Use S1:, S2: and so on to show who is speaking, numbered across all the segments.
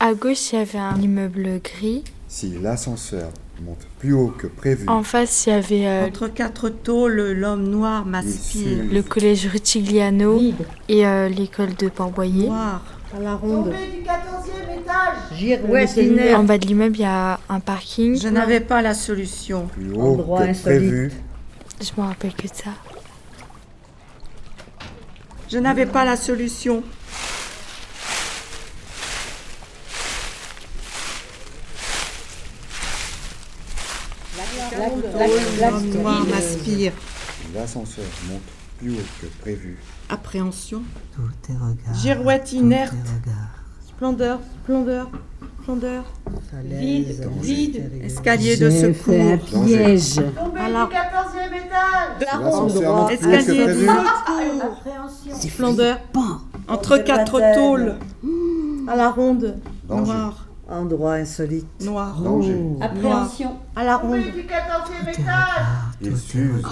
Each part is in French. S1: À gauche, il y avait un immeuble gris.
S2: Si l'ascenseur monte plus haut que prévu,
S1: En face, il y avait euh,
S3: Entre quatre tôles, l'homme noir m'aspire.
S2: ici,
S1: le collège Rutigliano
S4: Vide,
S1: et euh, l'école de Portboyer.
S3: Noir.
S4: à la ronde.
S5: du 14e étage.
S4: Girouette,
S3: c'est une
S4: Inès.
S1: En bas de l'immeuble, il y a un parking.
S3: Je n'avais pas la solution.
S2: plus haut
S4: Endroit
S2: que prévu,
S4: insolite.
S1: Je me rappelle que de ça.
S3: Je n'avais pas la solution. L'homme noir m'aspire.
S2: l'ascenseur monte plus haut que prévu.
S3: Appréhension.
S6: Tous tes regards.
S3: Girouette
S6: tous
S3: inerte.
S6: tes regards.
S3: Splendeur, splendeur, splendeur.
S6: Falaise,
S3: vide.
S6: mystérieuse.
S3: Escalier de
S4: J'ai fait un
S3: secours.
S4: piège.
S5: Tombé
S3: Alors.
S5: du 14e étage.
S2: L'ascenseur monte
S6: Ah,
S2: plus haut que
S3: Ah, Escalier de
S2: prévu.
S3: secours. Splendeur. Entre quatre tôles.
S7: À la ronde.
S2: Danger.
S3: Noir,
S4: Endroit insolite.
S3: noir,
S2: Danger.
S3: noir.
S7: À la
S5: Tombé
S7: ronde.
S5: du 14e étage.
S2: Il s'use.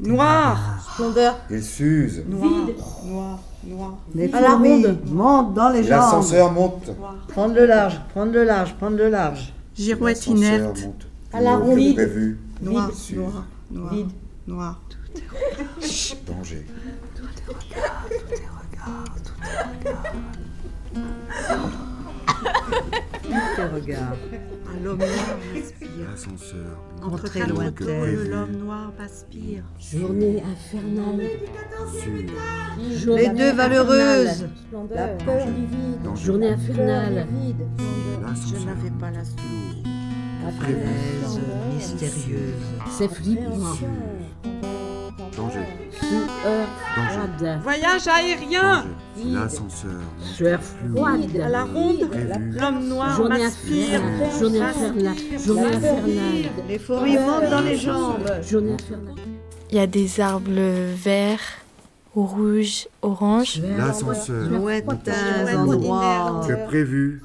S3: Noir,
S7: Splendeur.
S2: Il s'use.
S3: noir, noir, noir.
S4: Les
S7: À la
S4: fourmis
S7: ronde.
S4: montent dans les jambes.
S2: L'ascenseur monte.
S4: Prendre le large, prendre le large, prendre le large.
S3: Girouette
S2: L'ascenseur
S3: inerte.
S2: monte
S7: À la
S2: plus haut que
S7: ronde.
S2: prévu.
S3: Noir,
S2: Vide.
S3: noir, noir,
S7: Vide.
S3: noir.
S2: Danger.
S4: Tous tes regards.
S3: Ah, L'homme noir m'aspire.
S2: L'ascenseur
S3: Entre
S4: Entrée
S3: quatre
S4: lointaine.
S3: tôles, l'homme noir m'aspire.
S7: Journée infernale.
S2: s'use.
S4: Les deux valeureuses.
S7: La
S2: peur du vide. Danger.
S7: Journée infernale.
S3: Je
S2: L'ascenseur
S3: n'avais pas la solution.
S4: Falaise
S7: euh,
S4: mystérieuse.
S8: C'est flippant.
S2: Danger. Danger.
S8: Froide.
S3: Voyage aérien
S2: Danger. L'ascenseur monte
S8: Sueur
S2: plus haut
S8: froide.
S3: à la ronde.
S2: prévu.
S3: L'homme noir
S8: Journée
S3: m'aspire.
S8: infernale. Journée infernale. Journée infernale.
S4: Les fourmis montent dans les jambes.
S8: Journée infernale.
S1: Il y a des arbres verts, rouges, oranges.
S2: L'ascenseur
S4: Lointains
S3: Lointains
S4: endroits.
S2: que prévu.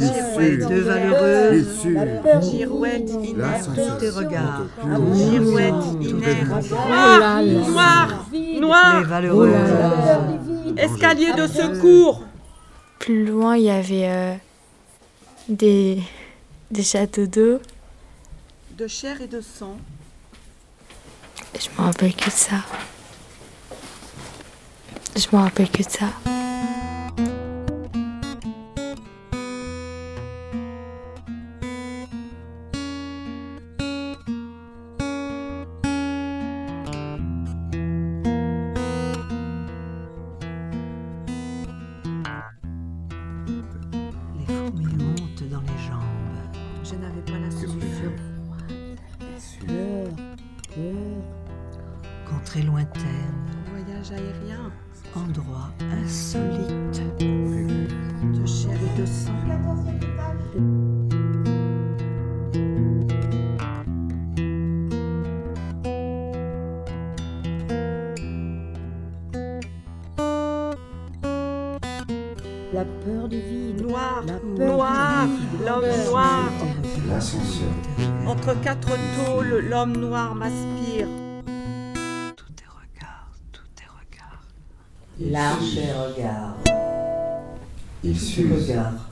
S2: Il
S4: Les
S2: s'use.
S4: deux
S2: Il
S4: valeureuses.
S2: s'use.
S3: Girouette inerte.
S2: L'ascenseur
S4: Tous tes regards.
S2: monte plus haut.
S3: Girouette inerte. Noir, noir,
S4: Les
S3: noir.
S4: valeureuses.
S3: Escalier de secours.
S1: Plus loin, il y avait euh, des, des châteaux d'eau.
S3: De chair et de sang.
S1: Je me rappelle que de ça. Je me rappelle que de ça.
S4: Les fourmis montent dans les jambes.
S3: Je n'avais pas la solution.
S4: Contrée lointaine.
S3: Voyage aérien.
S4: Endroit insolite.
S3: De chair et de sang.
S7: La peur du vide.
S3: Noir,
S7: La peur
S3: noir. L'homme noir.
S2: L'ascenseur.
S3: Entre quatre tôles, l'homme noir m'aspire.
S4: Tous tes regards, tous tes regards.
S2: Il s'use.
S4: regards.